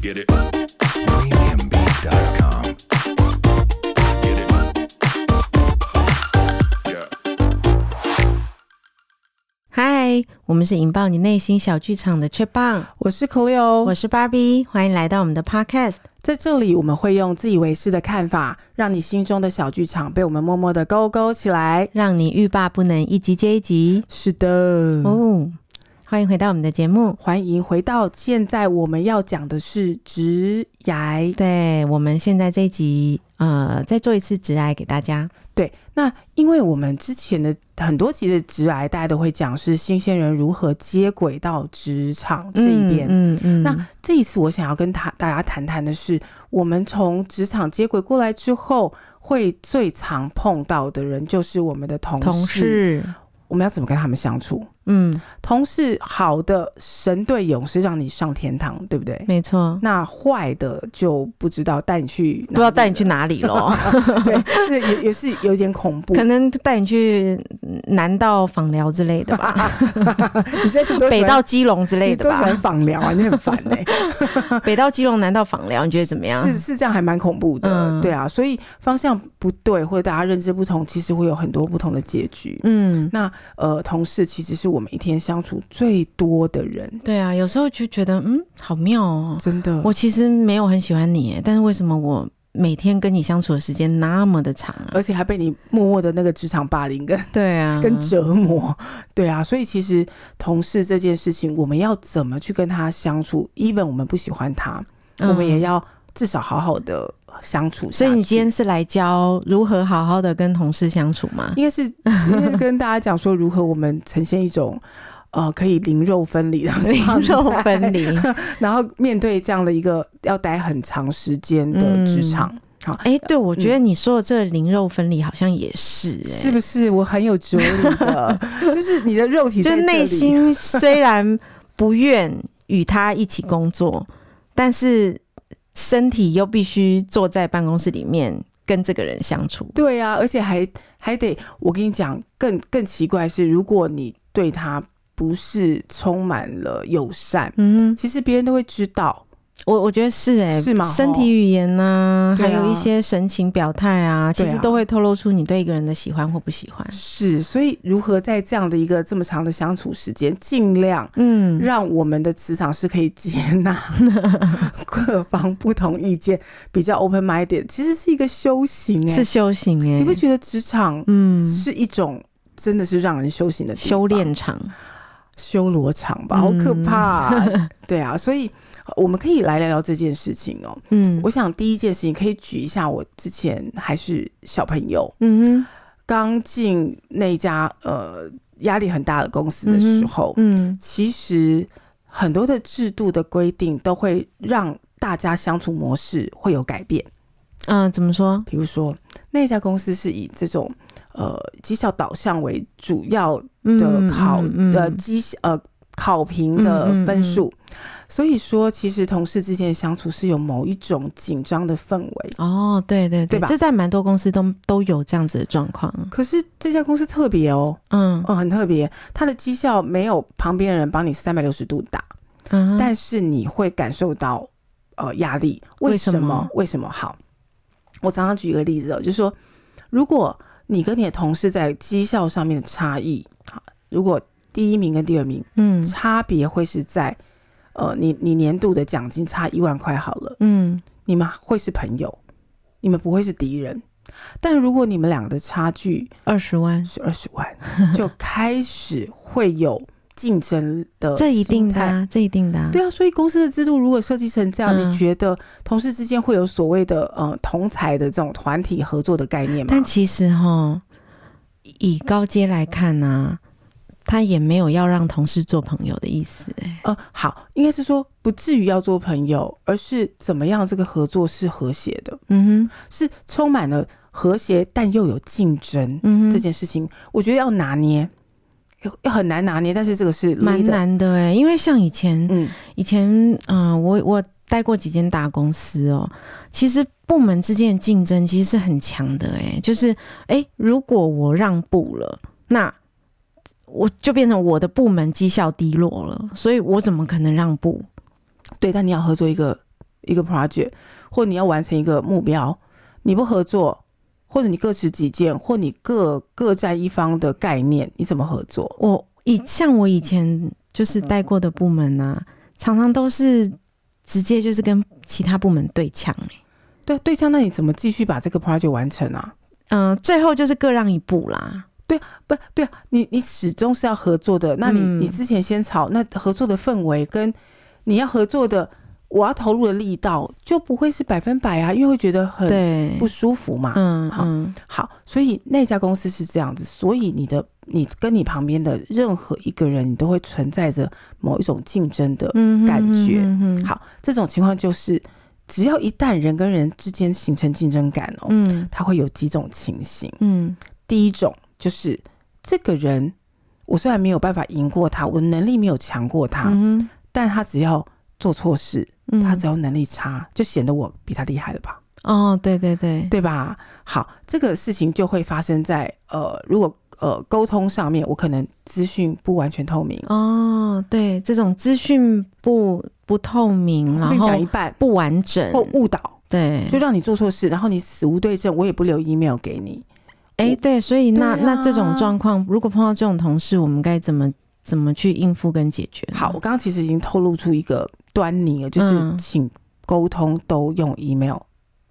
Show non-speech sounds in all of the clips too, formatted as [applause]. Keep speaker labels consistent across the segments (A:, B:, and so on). A: Get it. Premiumbeat.com. Get it. Yeah.
B: 嗨，我们是引爆你内心小剧场的雀棒，
C: 我是 Cleo，
B: 我是芭比，欢迎来到我们的 Podcast。
C: 在这里我们会用自以为是的看法，让你心中的小剧场被我们默默的勾勾起来。
B: 让你欲罢不能，一集接一集。
C: 是的，
B: 哦，欢迎回到我们的节目。
C: 欢迎回到现在，我们要讲的是直癌。
B: 对我们现在这一集，呃，再做一次直癌给大家。
C: 对，那因为我们之前的很多集的直癌，大家都会讲是新鲜人如何接轨到职场这一边。
B: 嗯嗯，
C: 那这一次我想要跟他大家谈谈的是，我们从职场接轨过来之后，会最常碰到的人就是我们的同
B: 同事，
C: 我们要怎么跟他们相处？
B: 嗯，
C: 同事好的神队友是让你上天堂，对不对？
B: 没错，
C: 那坏的就不知道带你去，
B: [laughs] 不知道带你去，哪里咯，
C: 对，是也也是有点恐怖
B: [laughs] 可。能带你去南到访疗之类的吧， [laughs]
C: 你现在多喜欢
B: 北到基隆之类的
C: 你都喜欢
B: 吧，
C: 访聊啊，你很烦哎、
B: 北到基隆，南到访疗，你 [laughs] 觉得怎么样？
C: 是是这样，还蛮恐怖的，
B: 嗯
C: 对啊。所以方向不对，或者大家认知不同，其实会有很多不同的结局。
B: 嗯，
C: 那呃，同事其实是我们一天相处最多的人，
B: 对啊，有时候就觉得，嗯，好妙哦，
C: 真的。
B: 我其实没有很喜欢你耶，但是为什么我每天跟你相处的时间那么的长啊？
C: 而且还被你默默的那个职场霸凌跟
B: 对啊，
C: 跟折磨，对啊，所以其实同事这件事情，我们要怎么去跟他相处？even 我们不喜欢他，
B: 嗯
C: 我们也。要至少好好的相处下
B: 所
C: 去。
B: 以你今天是来教如何好好的跟同事相处 [laughs] 吗？
C: 应该是应该是跟大家讲说，如何我们呈现一种呃可以零肉分离的
B: 零
C: 状态
B: 肉分， [laughs] 离。
C: [laughs] 然后面对这样的一个要待很长时间的职场，好、
B: 哎、对，我觉得你说的这个零肉分离好像也是、哎，
C: 是不是我很有哲理
B: [laughs]
C: 的？就是你的肉体
B: 就
C: 在这
B: 内
C: 里
B: 心虽然不愿与他一起工作，但是身体又必须坐在办公室里面跟这个人相处。
C: 对呀、而且还还得，我跟你讲，更更奇怪是，如果你对他不是充满了友善，
B: 嗯哼，
C: 其实别人都会知道。
B: 我我觉得是哎、
C: 是吗吼
B: 身体语言呐、
C: 对
B: 还
C: 啊
B: 有一些神情表态啊，其
C: 对啊
B: 实都会透露出你对一个人的喜欢或不喜欢。
C: 是，所以如何在这样的一个这么长的相处时间，尽量
B: 嗯，
C: 让我们的磁场是可以接
B: [laughs]
C: 纳各方不同意见，比较 open minded，其实是一个修行哎、
B: 是修行哎、
C: 你不觉得职场
B: 嗯，
C: 是一种真的是让人修行的地方
B: 修炼场，
C: 修罗场
B: 嗯
C: 吧，好可怕、
B: [laughs]
C: 啊！对啊，所以我们可以来聊聊这件事情哦。
B: 嗯，
C: 我想第一件事情可以举一下，我之前还是小朋友，
B: 嗯
C: 刚进那家呃压力很大的公司的时候
B: 哼，，嗯，
C: 其实很多的制度的规定都会让大家相处模式会有改变。
B: 嗯、怎么说？
C: 比如说，那家公司是以这种呃绩效导向为主要
B: 嗯
C: 的考
B: 嗯嗯嗯
C: 的绩呃考评的分数，所以说其实同事之间的相处是有某一种紧张的氛围。
B: 哦，对对对，
C: 对吧
B: 这在蛮多公司都都有这样子的状况。
C: 可是这家公司特别哦，
B: 嗯
C: 哦，很特别，它的绩效没有旁边的人帮你三百六十度打，
B: 嗯，
C: 但是你会感受到呃压力。为什
B: 为什么
C: 么？为什么？好，我常常举一个例子哦，就是说，如果你跟你的同事在绩效上面的差异，好，如果第一名跟第二名
B: 嗯
C: 差别会是在，呃，你你年度的奖金差一万块好了，
B: 嗯
C: 你们会是朋友，你们不会是敌人。但如果你们两个的差距
B: 二十万，
C: 是二十万，
B: [laughs]
C: 就开始会有竞争的，
B: 这一定的、。啊，这一定的、啊。
C: 对啊，所以公司的制度如果设计成这样，
B: 嗯
C: 你觉得同事之间会有所谓的呃同才的这种团体合作的概念吗？
B: 但其实哈，以高阶来看呢、他也没有要让同事做朋友的意思、哎，
C: 呃，好，应该是说不至于要做朋友，而是怎么样这个合作是和谐的，
B: 嗯哼，
C: 是充满了和谐但又有竞争、
B: 嗯哼，
C: 这件事情，我觉得要拿捏，要很难拿捏，但是这个是
B: 蛮
C: leader，
B: 难的哎、因为像以前，
C: 嗯，
B: 以前，嗯、我我待过几间大公司哦，其实部门之间的竞争其欸实是很强的哎、就是哎、如果我让步了，那我就变成我的部门绩效低落了，所以我怎么可能让步？
C: 对，但你要合作一个一个 project，或你要完成一个目标，你不合作，或者你各持己见，或你各各占一方的概念，你怎么合作？
B: 我以像我以前就是待过的部门啊，常常都是直接就是跟其他部门对呛、欸，
C: 对啊对象，那你怎么继续把这个 project 完成啊？
B: 嗯、最后就是各让一步啦。
C: 不对啊，你你始终是要合作的。那你、
B: 嗯
C: 你之前先吵，那合作的氛围跟你要合作的，我要投入的力道就不会是百分百啊，因为会觉得很
B: 对，
C: 不舒服嘛。
B: 嗯，
C: 好
B: 嗯
C: 好，所以那家公司是这样子，所以你的你跟你旁边的任何一个人，你都会存在着某一种竞争的。
B: 嗯
C: 感觉
B: 嗯
C: 好，这种情况就是，只要一旦人跟人之间形成竞争感哦，
B: 嗯
C: 它会有几种情形。
B: 嗯
C: 第一种就是这个人，我虽然没有办法赢过他，我能力没有强过他，
B: 嗯
C: 但他只要做错事，
B: 嗯，
C: 啊他只要能力差，就显得我比他厉害了吧，
B: 哦，对对对，
C: 对吧？好，这个事情就会发生在呃，如果呃沟通上面，我可能资讯不完全透明，
B: 哦，对，这种资讯不不透明，
C: 我
B: 然
C: 跟你
B: 后嗯
C: 讲一半
B: 不完整
C: 或，误导，
B: 对，
C: 就让你做错事，然后你死无对证，我也不留 email 给你。
B: 哎、
C: 我
B: 对，所以那、
C: 对啊
B: 那这种状况，如果碰到这种同事，我们该怎么怎么去应付跟解决呢？
C: 好，我刚刚其实已经透露出一个端倪了，就是
B: 嗯
C: 请沟通都用 email。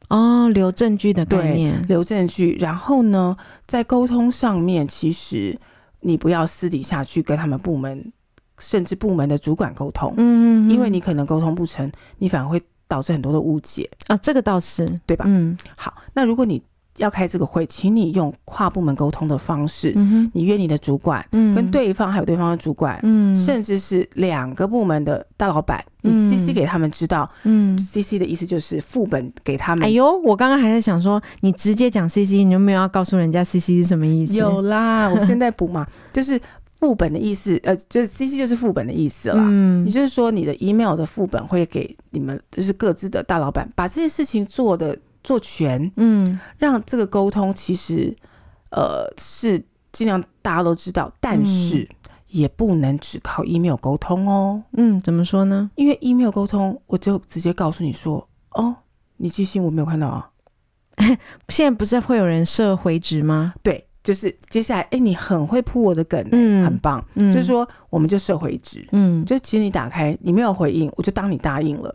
B: 哦，留证据的概
C: 对
B: 念，
C: 留证据。然后呢，在沟通上面，其实你不要私底下去跟他们部门，甚至部门的主管沟通，
B: 嗯，嗯嗯
C: 因为你可能沟通不成，你反而会导致很多的误解，
B: 啊，这个倒是
C: 对吧？
B: 嗯
C: 好，那如果你要开这个会，请你用跨部门沟通的方式，
B: 嗯哼
C: 你约你的主管，
B: 嗯，
C: 跟对方还有对方的主管。
B: 嗯
C: 甚至是两个部门的大老板，你
B: 嗯
C: CC 给他们知道、
B: 嗯。
C: c c 的意思就是副本给他们
B: 哎呦，我刚刚还在想说，你直接讲 CC，你就没有要告诉人家 CC 是什么意思？
C: 有啦，我现在补
B: [laughs]
C: 嘛，就是副本的意思，呃，就是 CC 就是副本的意思啦。
B: 嗯
C: 也就是说，你的 email 的副本会给你们，就是各自的大老板，把这些事情做的做全，
B: 嗯，
C: 让这个沟通其实，呃，是尽量大家都知道，但是也不能只靠 email 沟通哦，
B: 嗯，怎么说呢？
C: 因为 email 沟通，我就直接告诉你说，哦，你寄信我没有看到啊，
B: 现在不是会有人设回执吗？
C: 对，就是接下来，哎、你很会铺我的梗、
B: 嗯
C: 很棒，
B: 嗯，
C: 就是，说我们就设回执。
B: 嗯，
C: 就其实你打开，你没有回应，我就当你答应了。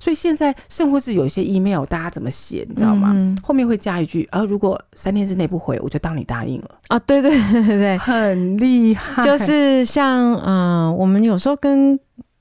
C: 所以现在甚或是有一些 email 大家怎么写，你知道吗？
B: 嗯嗯
C: 后面会加一句啊，如果三天之内不回，我就当你答应了，
B: 啊，对对对对对，
C: 很厉害
B: 就是像嗯、呃我们有时候跟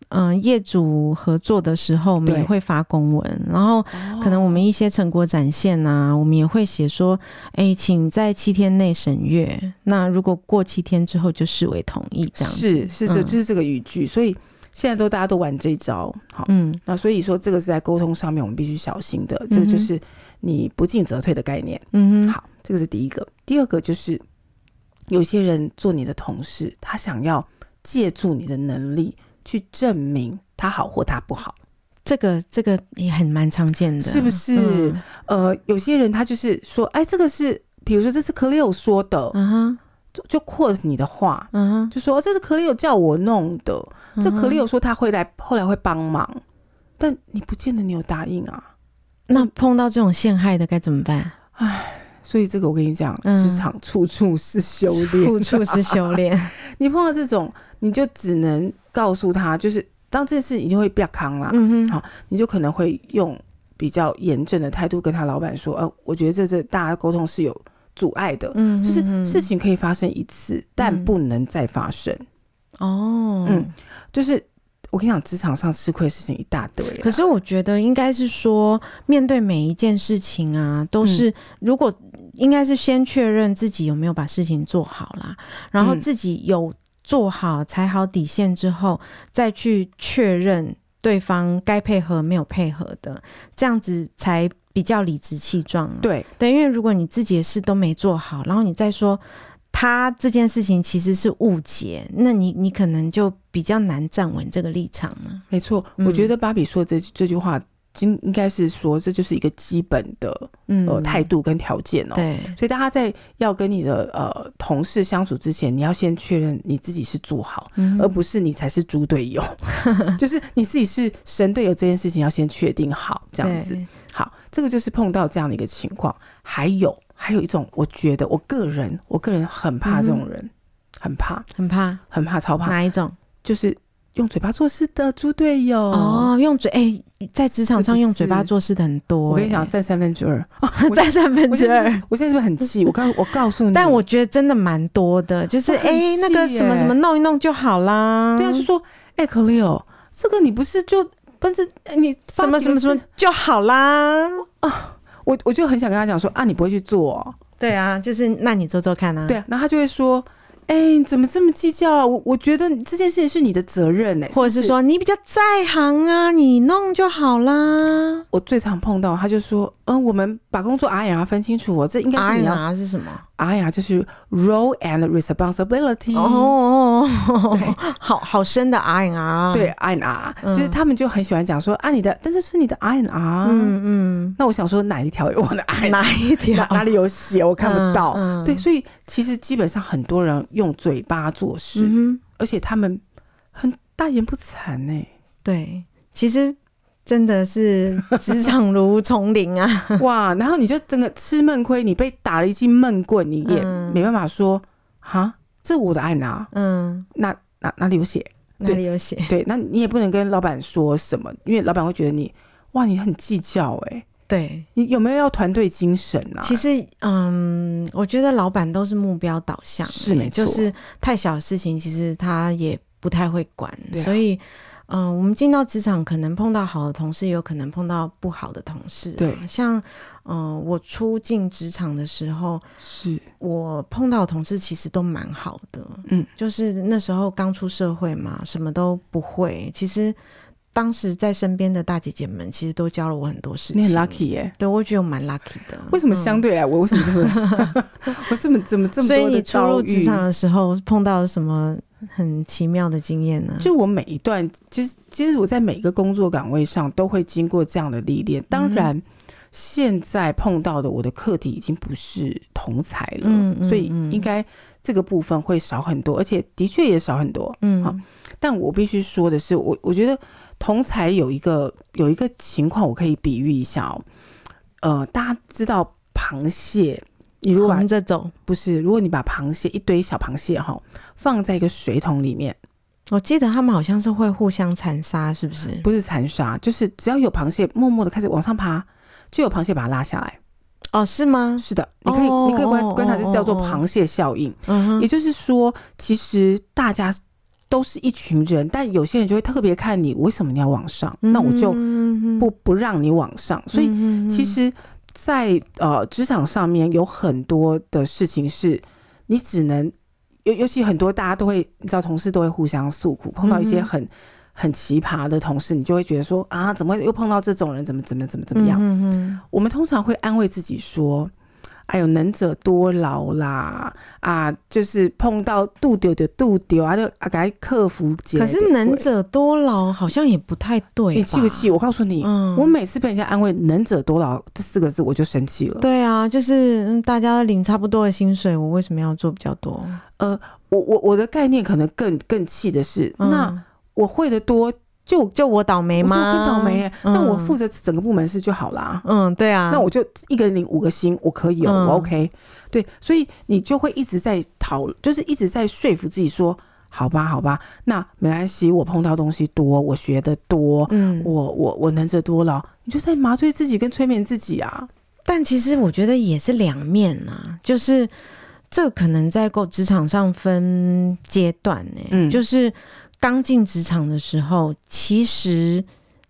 B: 嗯、呃业主合作的时候，我们
C: 对哦
B: 也会发公文，然后可能我们一些成果展现啊，我们也会写说，哎、请在七天内审阅，那如果过七天之后就视为同意，这样子
C: 是是这、
B: 嗯
C: 就是这个语句，所以现在都大家都玩这一招，好。
B: 嗯
C: 那所以说，这个是在沟通上面我们必须小心的，这个就是你不进则退的概念。
B: 嗯哼，
C: 好，这个是第一个。第二个就是，有些人做你的同事，他想要借助你的能力去证明他好或他不好，
B: 这个这个也很蛮常见的，
C: 是不是？
B: 嗯
C: 呃，有些人他就是说，哎，这个是，比如说这是 Cleo 说的，
B: 嗯哼
C: 就就 quote 你的话，
B: 嗯哼，
C: 就说、哦、这是 Cleo 叫我弄的，这
B: 嗯哼
C: Cleo 说他会来，后来会帮忙，但你不见得你有答应啊。
B: 那碰到这种陷害的该怎么办？
C: 所以这个我跟你讲，
B: 嗯
C: 职场处处是修炼，
B: 处处是修
C: [laughs]
B: 炼，
C: 你碰到这种，你就只能告诉他，就是当这件事已经会变康啦，
B: 嗯哼，
C: 好你就可能会用比较严正的态度跟他老板说，呃，我觉得这这大家沟通是有阻碍的，
B: 嗯哼，
C: 就是事
B: 情
C: 情可以发生一次，但不能再发生。
B: 哦，
C: 嗯就是我跟你讲，职场上吃亏的事情一大堆啊、
B: 可是我觉得应该是说，面对每一件事情啊，都是、
C: 嗯
B: 如果应该是先确认自己有没有把事情做好啦，然后
C: 嗯
B: 自己有做好踩好底线之后，再去确认对方该配合没有配合的，这样子才比较理直气壮、啊。
C: 对
B: 对，因为如果你自己的事都没做好，然后你再说他这件事情其实是误解，那你你可能就比较难站稳这个立场了。
C: 没错，
B: 嗯
C: 我觉得芭比说的这这句话应应该是说这就是一个基本的
B: 嗯
C: 呃态度跟条件哦。
B: 对，
C: 所以大家在要跟你的呃同事相处之前，你要先确认你自己是做好，
B: 嗯
C: 而不是你才是猪队
B: [laughs]
C: 友，就是你自己是神队友这件事情要先确定好，这样子。
B: 嗯对
C: 好，这个就是碰到这样的一个情况。还有还有一种，我觉得我个人我个人很怕这种人，很怕
B: 很怕
C: 很怕超怕，
B: 嗯哪一种？
C: 就是用嘴巴做事的猪队友。
B: 哦，用嘴哎、在职场上
C: 是不
B: 用嘴巴
C: 是
B: 做事的很多、
C: 我跟你
B: 哎
C: 讲，，占三分之二。我
B: 占三分
C: 我
B: 之
C: 现在是
B: 二
C: 不。是我现在是不是很气？我告我告诉你，
B: 但我觉得真的蛮多的，就是
C: 我
B: 哎、
C: 很
B: 诶那个
C: 气
B: 什么
C: 耶
B: 什么弄一弄就好啦。
C: 对啊，就说，哎、克里奥，这个你不是就但是哎你
B: 什么
C: 发几
B: 什
C: 个
B: 么
C: 字
B: 什么，就好啦。
C: 我我就很想跟他讲说啊，你不会去做、哦，
B: 对啊，就是那你做做看啊。
C: 对，啊，然后他就会说，哎、你怎么这么计较啊？我我觉得这件事情是你的责任呢、
B: 或者是
C: 不，
B: 说你比较在行啊，你弄就好啦。
C: 我最常碰到他就说，嗯，我们把工作 R R 分清楚哦，这应该是你要
B: R 是什么？
C: R R 就是 role and responsibility，、
B: 哦，
C: 对
B: 好好深的 R 啊 N R。
C: 对，，I 啊 and R，、
B: 嗯
C: 就是他们就很喜欢讲说啊，你的，但是是你的 I and R，、
B: 嗯
C: 那我想说哪一条有我的
B: 嗯，
C: I and
B: 哪
C: R？
B: 一条
C: 哎 [laughs] 哪？哪里有写？我看不到。
B: 嗯嗯
C: 对，所以其实基本上很多人用嘴巴做事，
B: 嗯哼，
C: 而且他们很大言不惭呢、
B: [laughs] 对，其实真的是
C: [laughs]
B: 职场如丛林啊。
C: 哇！然后你就真的吃闷亏，你被打了一记闷棍，你也
B: 嗯
C: 没办法说哈，这我的爱拿，
B: 嗯，
C: 哪哪哪里有写？
B: 哪里有写？
C: 对，那你也不能跟老板说什么，因为老板会觉得你哇，你很计较哎、
B: 对，
C: 你有没有要团队精神啊？
B: 其实，嗯，我觉得老板都是目标导向，
C: 是
B: 欸
C: 没
B: 就
C: 错
B: 是太小的事情，其实他也不太会管。
C: 对啊
B: 所以，嗯、我们进到职场，可能碰到好的同事，也有可能碰到不好的同事、啊。
C: 对
B: 像，嗯、我初进职场的时候，
C: 是
B: 我碰到的同事其实都蛮好的，
C: 嗯，
B: 就是那时候刚出社会嘛，什么都不会。其实当时在身边的大姐姐们，其实都教了我很多事情。
C: 你很 lucky 哎、
B: 对我觉得我蛮 lucky 的。
C: 为什么
B: 嗯
C: 相对来我为什么这么 [laughs] 我怎么怎么这么
B: 所以
C: 多
B: 你
C: 的
B: 初入
C: 遭
B: 职
C: 遇？
B: 场的时候碰到什么很奇妙的经验呢？
C: 就我每一段，就是其实我在每个工作岗位上都会经过这样的历
B: 嗯
C: 练。当然，现在碰到的我的课题已经不是同才了，
B: 嗯嗯
C: 所以
B: 嗯
C: 应该这个部分会少很多，而且的确也少很多。
B: 嗯
C: 好但我必须说的是，我我觉得同才有一个有一个情况，我可以比喻一下哦。呃，大家知道螃蟹，你如果把
B: 横着走，
C: 不是，如果你把螃蟹一堆小螃蟹哈放在一个水桶里面，
B: 我记得他们好像是会互相残杀，是不是？
C: 不是残杀，就是只要有螃蟹默默的开始往上爬，就有螃蟹把它拉下来。
B: 哦，是吗？
C: 是的，你可以
B: 哦
C: 你可以观
B: 哦
C: 观察这
B: 哦
C: 叫做
B: 哦
C: 螃蟹效应，
B: 嗯哼，
C: 也就是说，其实大家都是一群人，但有些人就会特别看你为什么你要往上，
B: 嗯
C: 那我就不
B: 不，
C: 不让你往上，所以
B: 以
C: 其实在，呃职场上面有很多的事情是，你只能尤尤其很多大家都会，你知道，同事都会互相诉苦，碰到一些
B: 嗯哼
C: 很、很奇葩的同事，你就会觉得说啊，怎么又碰到这种人？怎么怎么怎么怎么样？
B: 嗯嗯
C: 我们通常会安慰自己说。哎呦，能者多劳啦！啊，就是碰到度丢的度丢啊，就啊，该克服解。
B: 可是能者多劳好像也不太对，
C: 你气不气？？我告诉你，
B: 嗯
C: 我每次被人家安慰“能者多劳”这四个字，我就生气了。
B: 对啊，就是嗯大家领差不多的薪水，我为什么要做比较多？嗯
C: 呃，我我我的概念可能更更气的是，
B: 嗯
C: 那我会的多，就我
B: 就我倒霉
C: 就
B: 吗？
C: 更倒霉、欸。那我负
B: 责，
C: 责整个部门事就好啦。
B: 嗯，对啊，
C: 那我就一个人领五个星，我可以哦，
B: 嗯
C: 我 OK。对，所以你就会一直在讨，就是一直在说服自己说，好吧，好吧，那没关系，我碰到东西多，我学的多，
B: 嗯，
C: 我我我能者多劳，你就在麻醉自己跟催眠自己啊。
B: 但其实我觉得也是两面啊，就是这可能在够职场上分阶段呢、
C: 嗯
B: 就是刚进职场的时候，其实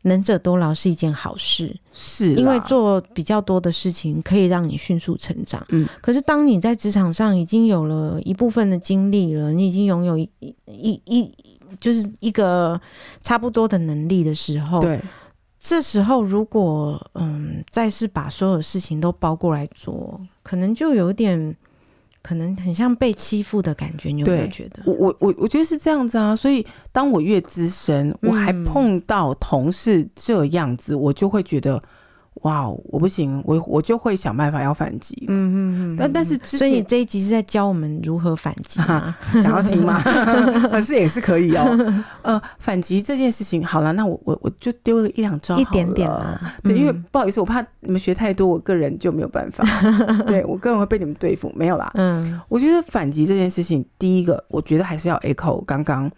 B: 能者多劳是一件好事，
C: 是
B: 因为
C: 啦
B: 做比较多的事情可以让你迅速成长。
C: 嗯，
B: 可是当你在职场上已经有了一部分的经历了，你已经拥有一一一一就是一个差不多的能力的时候，
C: 对
B: 这时候如果嗯再是把所有事情都包过来做，可能就有点可能很像被欺负的感觉，你有没有
C: 对
B: 觉得？
C: 我我我我觉得是这样子啊，所以当我越资深，我还
B: 嗯
C: 碰到同事这样子，我就会觉得哇，哦我不行，我我就会想办法要反击。
B: 嗯嗯嗯。
C: 但但
B: 嗯
C: 是之
B: 所以你
C: 前
B: 这一集是在教我们如何反击
C: [laughs]
B: 吗？ [laughs]
C: 想要听吗？可是也是可以哦。呃，反击这件事情，好了，那我我我就丢了一两招，
B: 一点点。啦。
C: 对，因为
B: 嗯
C: 不好意思，我怕你们学太多，我个人就没有办
B: [laughs]
C: 法。对我个人会被你们对付，没有啦。
B: 嗯
C: 我觉得反击这件事情，第一个，我觉得还是要 echo 刚刚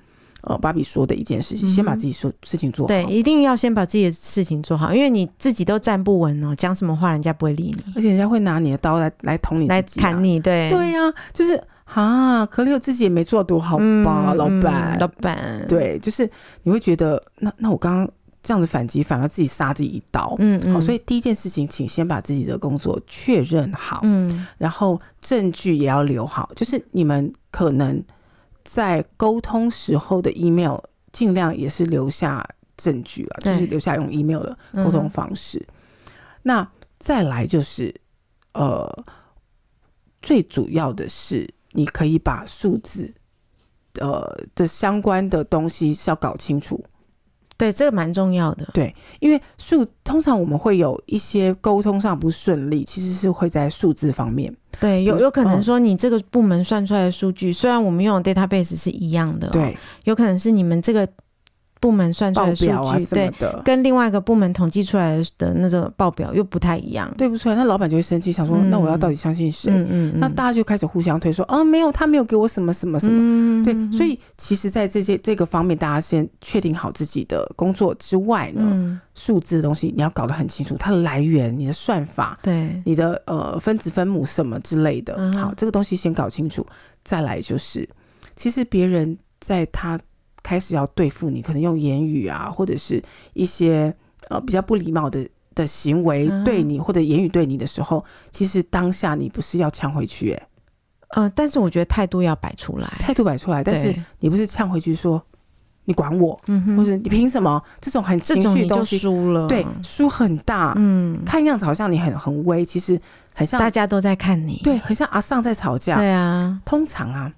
C: 呃芭比说的一件事情，
B: 嗯哼
C: 先把自己说事情做好。
B: 对，一定要先把自己的事情做好，因为你自己都站不稳哦，讲什么话人家不会理你，
C: 而且人家会拿你的刀来来捅你、啊
B: 来砍。你，啊对
C: 对呀、就是啊，可我自己也没做多好
B: 嗯，
C: 吧，老板
B: 嗯。老板，，
C: 对，就是你会觉得，那那我刚刚这样子反击，反而自己杀自己一刀。
B: 嗯嗯，
C: 好，所以第一件事情，请先把自己的工作确认好。
B: 嗯
C: 然后证据也要留好，就是你们可能在沟通时候的 email 尽量也是留下证据了，就
B: 对嗯
C: 是留下用 email 的沟通方式。那再来就是，呃，最主要的是你可以把数字。呃的相关的东西是要搞清楚，
B: 对，这个蛮重要的，
C: 因为数通常我们会有一些沟通上不顺利，其实是会在数字方面。
B: 对，有
C: 比如
B: 有可能
C: 嗯
B: 说你这个部门算出来的数据，虽然我们用的 database 是一样的、，啊
C: 对，
B: 有可能是你们这个部门算出来
C: 报
B: 的数据，
C: 表啊什么
B: 对，
C: 的，
B: 跟另外一个部门统计出来的那个报表又不太一样。
C: 对不出来，那老板就会生气，想说、
B: 嗯
C: 那我要到底相信谁？
B: 嗯嗯嗯，
C: 那大家就开始互相推说，啊，没有，他没有给我什么什么什么。
B: 嗯
C: 对，所以其实，在这些这个方面，大家先确定好自己的工作之外呢，
B: 嗯，
C: 数、字的东西你要搞得很清楚，它的来源、你的算法、
B: 对，
C: 你的呃分子分母什么之类的。
B: 嗯哼
C: 好，这个东西先搞清楚。再来就是，其实别人在他开始要对付你，可能用言语啊，或者是一些呃比较不礼貌的的行为
B: 嗯哼
C: 对你，或者言语对你的时候，其实当下你不是要呛回去、欸，
B: 呃，但是我觉得态度要摆出来，
C: 态度摆出来，但是
B: 哎对
C: 你不是呛回去说你管我，
B: 嗯哼，
C: 或者你凭什么这种很
B: 这
C: 情
B: 种
C: 绪
B: 你
C: 的
B: 就
C: 东西，
B: 输了，
C: 对，输很大。
B: 嗯，
C: 看样子好像你很很威，其实很像
B: 大家都在看你，
C: 对，很像阿尚在吵架。
B: 对啊，
C: 通常啊，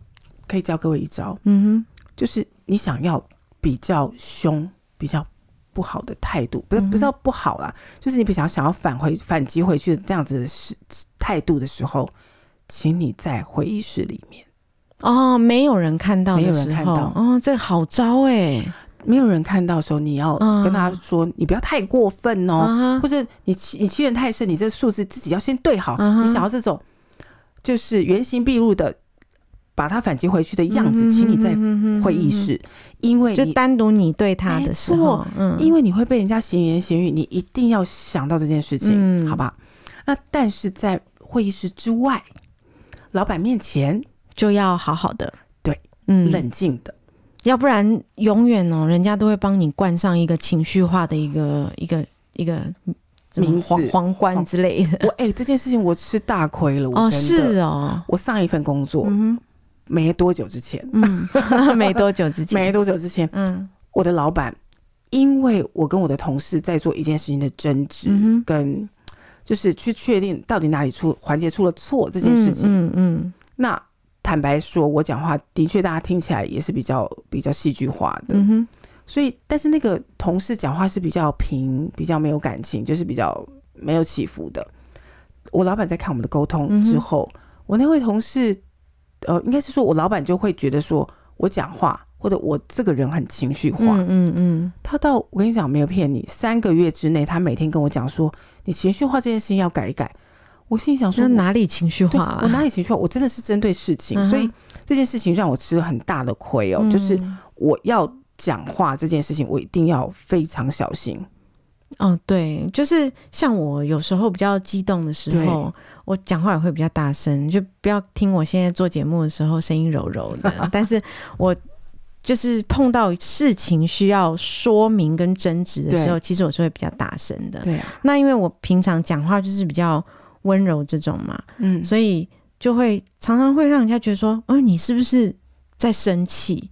C: 可以教各位一招，
B: 嗯
C: 就是你想要比较凶、比较不好的态度，不是
B: 嗯哼
C: 不是要不好啦，就是你比较想要返回、反击回去的这样子的时态度的时候，请你在会议室里面，
B: 哼，哦，没有人看到的
C: 没有
B: 时候，
C: 人看到
B: 哦，这个好招哎、
C: 没有人看到的时候，你要
B: 嗯
C: 跟他说，你不要太过分哦，
B: 啊哈，
C: 或者你欺你欺人太甚，你这数字自己要先对好，
B: 嗯哼
C: 你想要这种就是原形毕露的。把他反击回去的样
B: 嗯
C: 子，请你在会议
B: 室。
C: 室，因为
B: 就
C: 你
B: 单独你对他的时候，嗯，
C: 因
B: 为
C: 为你会被人家闲言闲语，你一定要想到这件事情，
B: 嗯
C: 好吧？那但是在会议室之外，老板面前
B: 就要好好的，
C: 对，
B: 嗯，
C: 冷静的，
B: 要不然永远哦，人家都会帮你冠上一个情绪化的一个一个一个什么
C: 名字
B: 皇皇冠之类的。
C: 我哎、这件事情我吃大亏了，我真的。
B: 哦，是哦，
C: 我上一份工作、
B: 嗯
C: 没多久之前，
B: 哼嗯， [laughs] 没多久之前，
C: 没多久之前，
B: 嗯
C: 我的老板因为我跟我的同事在做一件事情的争执，
B: 嗯哼
C: 跟就是去确定到底哪里出环节出了错这件事情，
B: 嗯嗯
C: 那坦白说，我讲话的确大家听起来也是比较比较戏剧化
B: 嗯
C: 的，
B: 嗯哼，
C: 所以但是那个同事讲话是比较平，比较没有感情，就是比较没有起伏的。我老板在看我们的沟通
B: 嗯哼
C: 之后，我那位同事，呃，应该是说我老板就会觉得说我讲话或者我这个人很情绪化，
B: 嗯嗯嗯，
C: 他到我跟你讲没有骗你，三个月之内他每天跟我讲说你情绪化这件事情要改一改，我心里想说
B: 那
C: 我
B: 哪里情绪
C: 哦对
B: 化
C: 我
B: 了？
C: 哪里情绪化？我真的是针对事情，
B: 嗯哼
C: 所以这件事情让我吃了很大的亏哦。就是
B: 嗯
C: 我要讲话这件事情，我一定要非常小心。
B: 哦，对，就是像我有时候比较激动的时候，我讲话也会比较大声，就不要听我现在做节目的时候声音柔柔
C: [laughs]
B: 的。但是我就是碰到事情需要说明跟争执的时候，其实我是会比较大声的。
C: 对啊，
B: 那因为我平常讲话就是比较温柔这种嘛，
C: 嗯，
B: 所以就会常常会让人家觉得说，哦、你是不是在生气？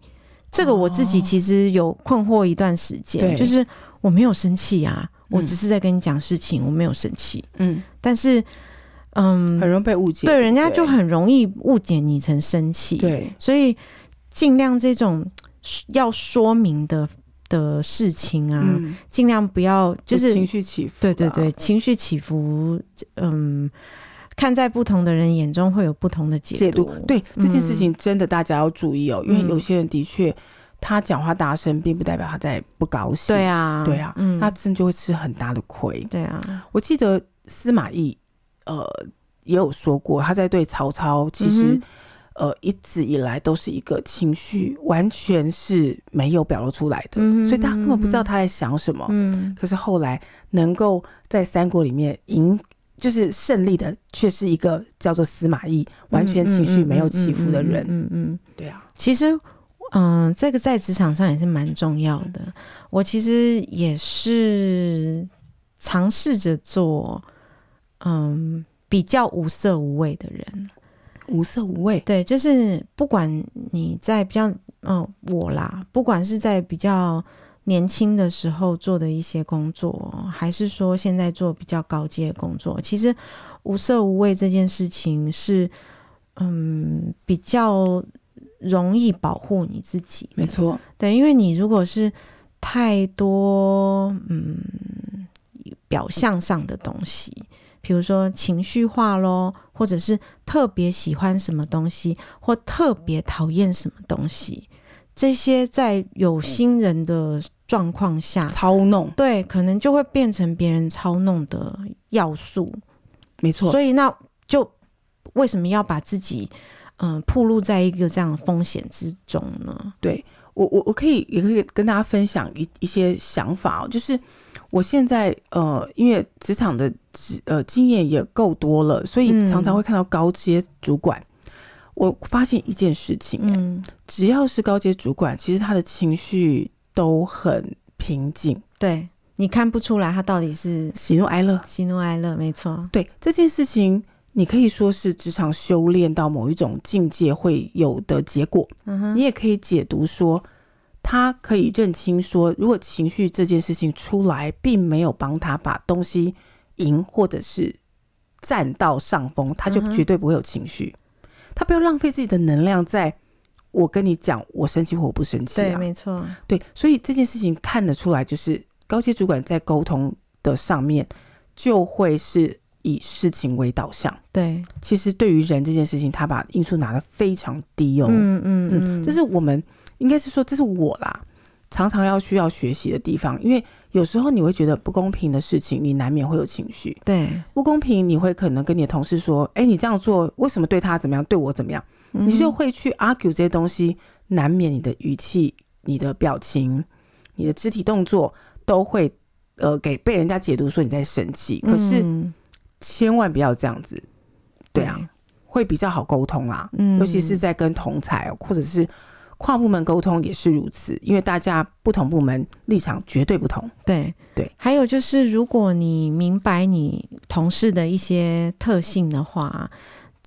B: 这个我自己其实有困惑一段时间，
C: 哦对
B: 就是我没有生气啊，我
C: 嗯
B: 只是在跟你讲事情，我没有生气。
C: 嗯，
B: 但是，嗯，
C: 很容易被误解。
B: 对，
C: 不
B: 人家就很容易误解你成生气。，
C: 对，
B: 所以尽量这种要说明的的事情啊，
C: 嗯，
B: 尽量不要就是
C: 情绪起伏，啊
B: 对对对，，情绪起伏，嗯，看在不同的人眼中会有不同的解
C: 解
B: 读
C: 读。对这件事
B: 嗯
C: 情真的大家要注意哦，因为
B: 嗯
C: 有些人的确他讲话大声，并不代表他在不高兴。
B: 对啊，
C: 对啊，
B: 嗯，
C: 他真的就会吃很大的亏。
B: 对啊，
C: 我记得司马懿，呃，也有说过，他在对曹操其实、
B: 嗯
C: 呃一直以来都是一个情绪完全是没有表露出来的，
B: 嗯哼
C: 所以他根本不知道
B: 嗯哼
C: 他在想什么。
B: 嗯，
C: 可是后来能够在三国里面赢，就是胜利的，却是一个叫做司马懿，完全情绪没有起伏的人。
B: 嗯嗯嗯嗯嗯嗯嗯
C: 对啊，
B: 其实，嗯、这个在职场上也是蛮重要的。我其实也是尝试着做，嗯，比较无色无味的人。
C: 无色无味。
B: 对，就是不管你在比较，嗯、我啦，不管是在比较年轻的时候做的一些工作，还是说现在做比较高阶的工作，其实无色无味这件事情是，嗯，比较容易保护你自己。
C: 没错，
B: 对，因为你如果是太多嗯表象上的东西，比如说情绪化咯，或者是特别喜欢什么东西，或特别讨厌什么东西，这些在有心人的状况下，
C: 操弄，
B: 对，可能就会变成别人操弄的要素。
C: 没错，
B: 所以那就为什么要把自己嗯暴露在一个这样的风险之中呢？
C: 我我我可以也可以跟大家分享一一些想法哦，就是我现在呃，因为职场的职呃经验也够多了，所以
B: 嗯
C: 常常会看到高阶主管。我发现一件事情、欸，
B: 嗯，
C: 只要是高阶主管，其实他的情绪都很平静，
B: 对，你看不出来他到底是
C: 喜怒哀乐。
B: 喜怒哀乐，没错。
C: 对这件事情，你可以说是职场修炼到某一种境界会有的结果，
B: 嗯
C: 你
B: 哼，
C: 也可以解读说，他可以认清说，如果情绪这件事情出来，并没有帮他把东西赢或者是占到上风，他就
B: 嗯哼
C: 绝对不会有情绪。他不要浪费自己的能量在。我跟你讲，我生气或我不生气、啊，
B: 对，没错。
C: 对，所以这件事情看得出来，就是高阶主管在沟通的上面就会是以事情为导向。
B: 对，
C: 其实对于人这件事情，他把因素拿得非常低哦。
B: 嗯嗯嗯，
C: 这是我们应该是说，这是我啦，常常要需要学习的地方。因为有时候你会觉得不公平的事情，你难免会有情绪。
B: 对，
C: 不公平，你会可能跟你的同事说：“哎，你这样做为什么对他怎么样，对我怎么样？”你就
B: 嗯
C: 会去 argue 这些东西，难免你的语气、你的表情、你的肢体动作都会呃给被人家解读说你在生气。可是
B: 嗯
C: 千万不要这样子，对啊，，会比较好沟通啦。
B: 嗯
C: 尤其是在跟同才哦或者是跨部门沟通也是如此，因为大家不同部门立场绝对不同。
B: 对
C: 对。
B: 还有就是，如果你明白你同事的一些特性的话，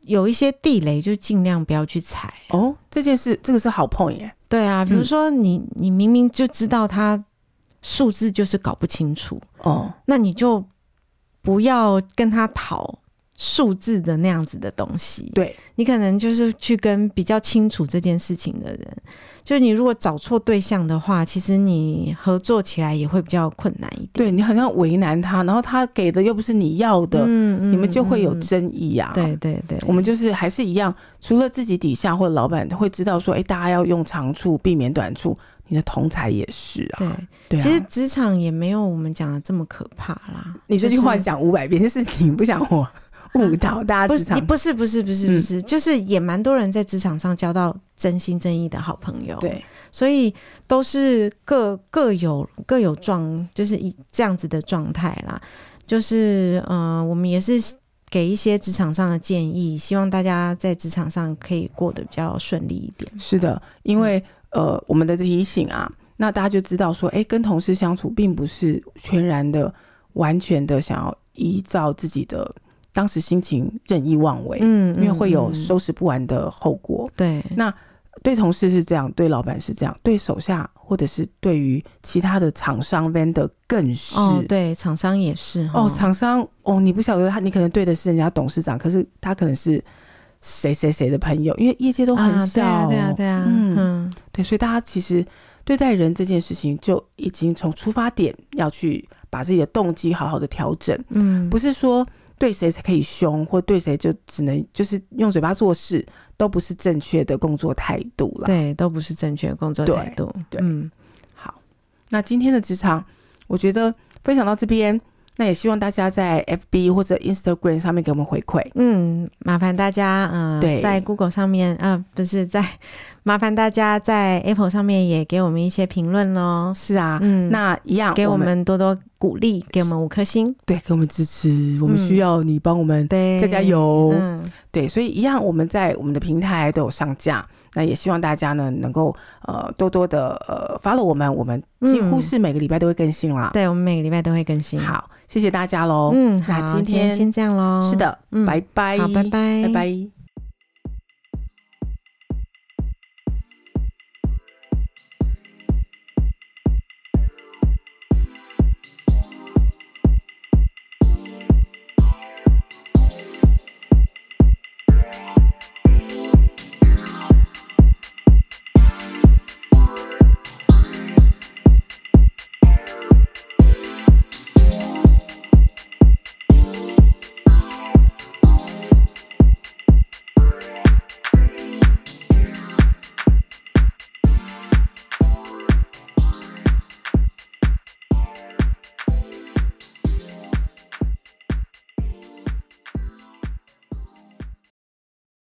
B: 有一些地雷就尽量不要去踩。
C: 哦，这件事这个是好 point 耶，
B: 对啊，比如
C: 嗯
B: 说你你明明就知道他数字就是搞不清楚，
C: 哦，
B: 那你就不要跟他讨数字的那样子的东西。
C: 对，
B: 你可能就是去跟比较清楚这件事情的人，就你如果找错对象的话，其实你合作起来也会比较困难一点。
C: 对你好像为难他，然后他给的又不是你要的，
B: 嗯
C: 你们就会有
B: 嗯
C: 争议啊。
B: 对对对，
C: 我们就是还是一样，除了自己底下或者老板会知道说，哎、大家要用长处，避免短处。你的同才也是啊，
B: 对，
C: 对啊。
B: 其实职场也没有我们讲的这么可怕啦。
C: 你这句话
B: 就是
C: 讲五百遍，就是你不想我误导大家
B: 不
C: 职
B: 是，你
C: 场。
B: [laughs] 不是，不是，不是，
C: 嗯
B: 不是，就是也蛮多人在职场上交到真心真意的好朋友。，
C: 对，
B: 所以都是各各有各有状，就是一这样子的状态啦。就是嗯、呃我们也是给一些职场上的建议，希望大家在职场上可以过得比较顺利一点。
C: 是的，因为呃，我们的提醒啊，那大家就知道说，哎、跟同事相处并不是全然的、完全的想要依照自己的当时心情任意妄为，
B: 嗯
C: 因为会有
B: 嗯
C: 收拾不完的后果。
B: 对，
C: 那对同事是这样，对老板是这样，对手下或者是对于其他的厂商 vendor 更是。
B: 哦，对，厂商也是哈
C: 哦，厂商哦，你不晓得他，你可能对的是人家董事长，可是他可能是谁谁谁的朋友，因为业界都很
B: 啊，对
C: 小、
B: 啊，对啊，对啊，
C: 嗯
B: 嗯，
C: 对，所以大家其实对待人这件事情，就已经从出发点要去把自己的动机好好的调整，
B: 嗯，
C: 不是说对谁才可以凶，或对谁就只能就是用嘴巴做事，都不是正确的工作态度啦。
B: 对，都不是正确的工作
C: 对
B: 态度。
C: 对
B: 嗯，
C: 好，那今天的职场，我觉得分享到这边，那也希望大家在 FB 或者 Instagram 上面给我们回馈。
B: 嗯，麻烦大家，呃，
C: 对
B: 在 Google 上面，呃，不是在，麻烦大家在 Apple 上面也给我们一些评论喽。
C: 是啊，
B: 嗯，
C: 那一样
B: 给我
C: 我
B: 们多多鼓励，给我们五颗星，
C: 对给我们支持，我们
B: 嗯
C: 需要你帮我们
B: 对，
C: 加加，油。
B: 嗯，
C: 对，所以一样，我们在我们的平台都有上架，那也希望大家呢能够呃多多的呃 follow 我们，我们几乎
B: 嗯
C: 是每个礼拜都会更新啦。
B: 对，我们每个礼拜都会更新。，
C: 好，谢谢大家喽。
B: 嗯，
C: 那
B: 好，
C: 今
B: 今天
C: 天
B: 先这样喽。
C: 是，的，
B: 嗯
C: 拜拜，
B: 好，拜拜，
C: 拜拜